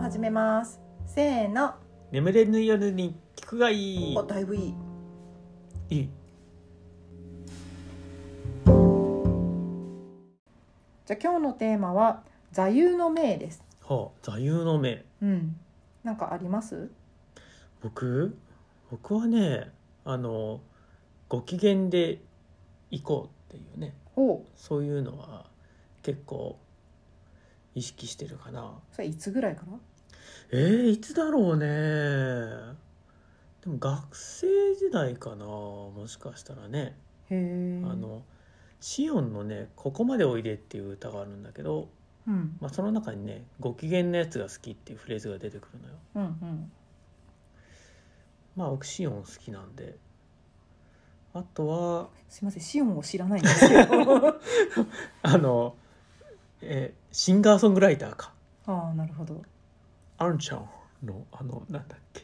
始めますせーの眠れぬ夜に聞くがいいおだいぶいいいいじゃあ今日のテーマは座右の銘ですはあ座右の銘うんなんかあります僕僕はねあのご機嫌で行こうっていうねおうそういうのは結構意識してるかなそれいつぐらいからえー、いつだろうねでも学生時代かなもしかしたらねへえあのシオンのね「ここまでおいで」っていう歌があるんだけど、うんまあ、その中にね「ご機嫌なやつが好き」っていうフレーズが出てくるのようんうんまあ僕シオン好きなんであとはすいませんシオンを知らないんですけ どあのえーシンガーソングライターかああなるほどアンちゃんのあのなんだっけ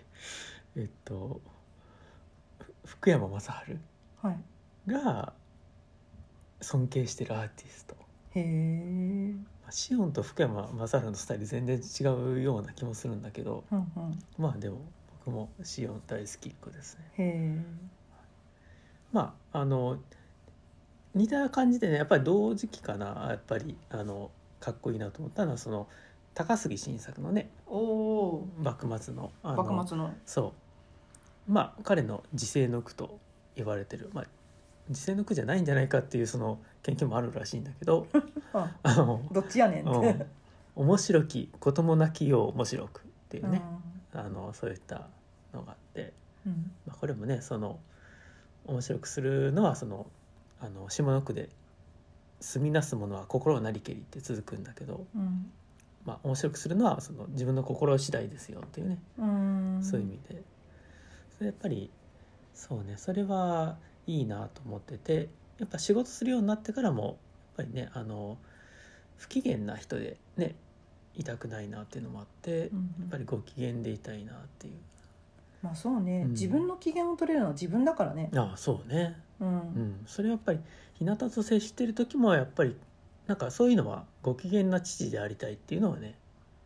えっとふ福山雅治はいが尊敬してるアーティストへえまあシオンと福山雅治のスタイル全然違うような気もするんだけどうんうんまあでも僕もシオン大好きっ子ですね。へえまああの似た感じでねやっぱり同時期かなやっぱりあのかっこいいなと思ったのはその高杉晋作のねおお幕末のあの幕末のそうまあ彼の自制の句と言われてる、まあ、自制の句じゃないんじゃないかっていうその研究もあるらしいんだけどああ の、どっちやねんっうてん、面白きこともなきよう面白くっていううね、あのそういったのがあって、んうんまあ、これもねその面白くするのはそのあの下の句で「住みなすものは心なりけり」って続くんだけど、うんまあ、面白くするのはその自分の心次第ですよっていうねうんそういう意味で、それやっぱりそうねそれはいいなと思っててやっぱ仕事するようになってからもやっぱりねあの不機嫌な人でねいたくないなっていうのもあって、やうんうんっぱりご機嫌でいたいなっていうまあそうね、うん自分の機嫌を取れるのは自分だからねああそうねうん、うんそれはやっぱり日向と接してる時もやっぱりなんかそういうのはご機嫌な父でありたいっていうのはね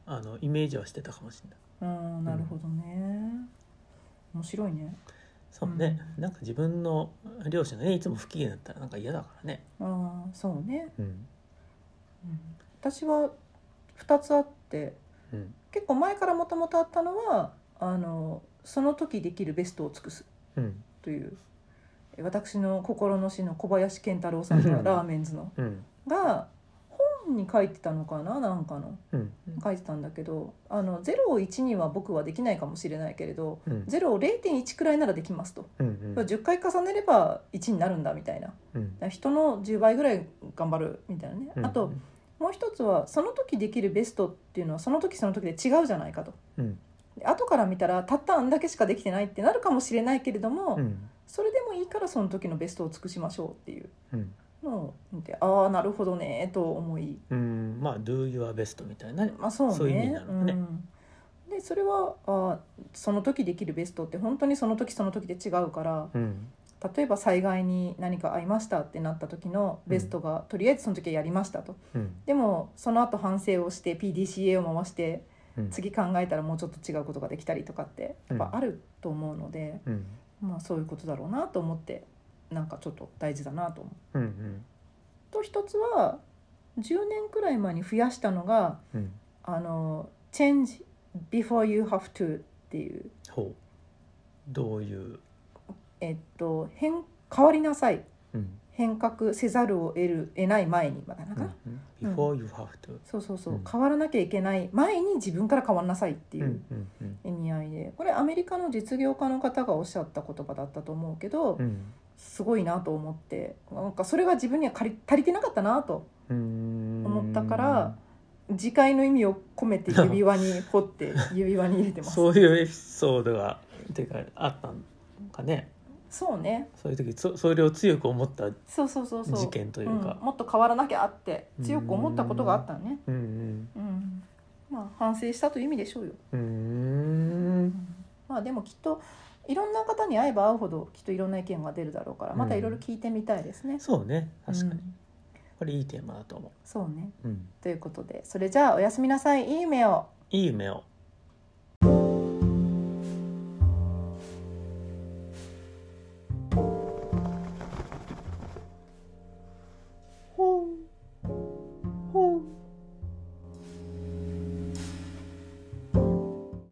あのイメージはしてたかもしれない。うんなるほどね面白いねそうね、なんか自分の両親がねいつも不機嫌だったらなんか嫌だからね。ああそうね、うんうん私は2つあってうん結構前からもともとあったのはあのその時できるベストを尽くすうんというえ私の心の師の小林健太郎さんがうんラーメンズのうんが本に書いてたのかななんかのうん書いてたんだけどあの0を1には僕はできないかもしれないけれどうん0を0.1くらいならできますとうんうん10回重ねれば1になるんだみたいなだかうんら人の10倍ぐらい頑張るみたいなねうんあともう一つはその時できるベストっていうのはその時その時で違うじゃないかとうんで後から見たらたったあんだけしかできてないってなるかもしれないけれども、うんそれでもいいからその時のベストを尽くしましょうっていううんのを見てああなるほどねと思いうんまあ do your best みたいなね。まあそうねそういう意味になるのねうんでそれはあーその時できるベストって本当にその時その時で違うからうん例えば災害に何か遭いましたってなった時のベストが、とりあえずその時はやりましたとうんでもその後反省をして PDCA を回してうん次考えたらもうちょっと違うことができたりとかってやっぱあると思うので、うんまあそういうことだろうなと思ってなんかちょっと大事だなと思う。うんうんと一つは10年くらい前に増やしたのがうんあの change before you have to っていうほうどういうえっと変変わりなさいうん変革せざるを得る得ない前にまだなかうな、んうん before you have to そうそうそう、うん変わらなきゃいけない前に自分から変わんなさいってういんううんうん意味合いでこれアメリカの実業家の方がおっしゃった言葉だったと思うけど、うんすごいなと思ってなんかそれが自分には足り足りてなかったなとうん思ったから自戒の意味を込めて指輪に掘 って指輪に入れてますそういうエピソードがてかあったのかねそうねそういう時そそれを強く思ったそうそうそうそう事件というかん、もっと変わらなきゃって強く思ったことがあったのねうんうん、まあ反省したという意味でしょうよ、うんうんまあでもきっといろんな方に会えば会うほどきっといろんな意見が出るだろうからまたいろいろ聞いてみたいですね、そうね確かに、うんこれいいテーマだと思そうねう、うん、ということでそれじゃあおやすみなさいいい夢をいい夢を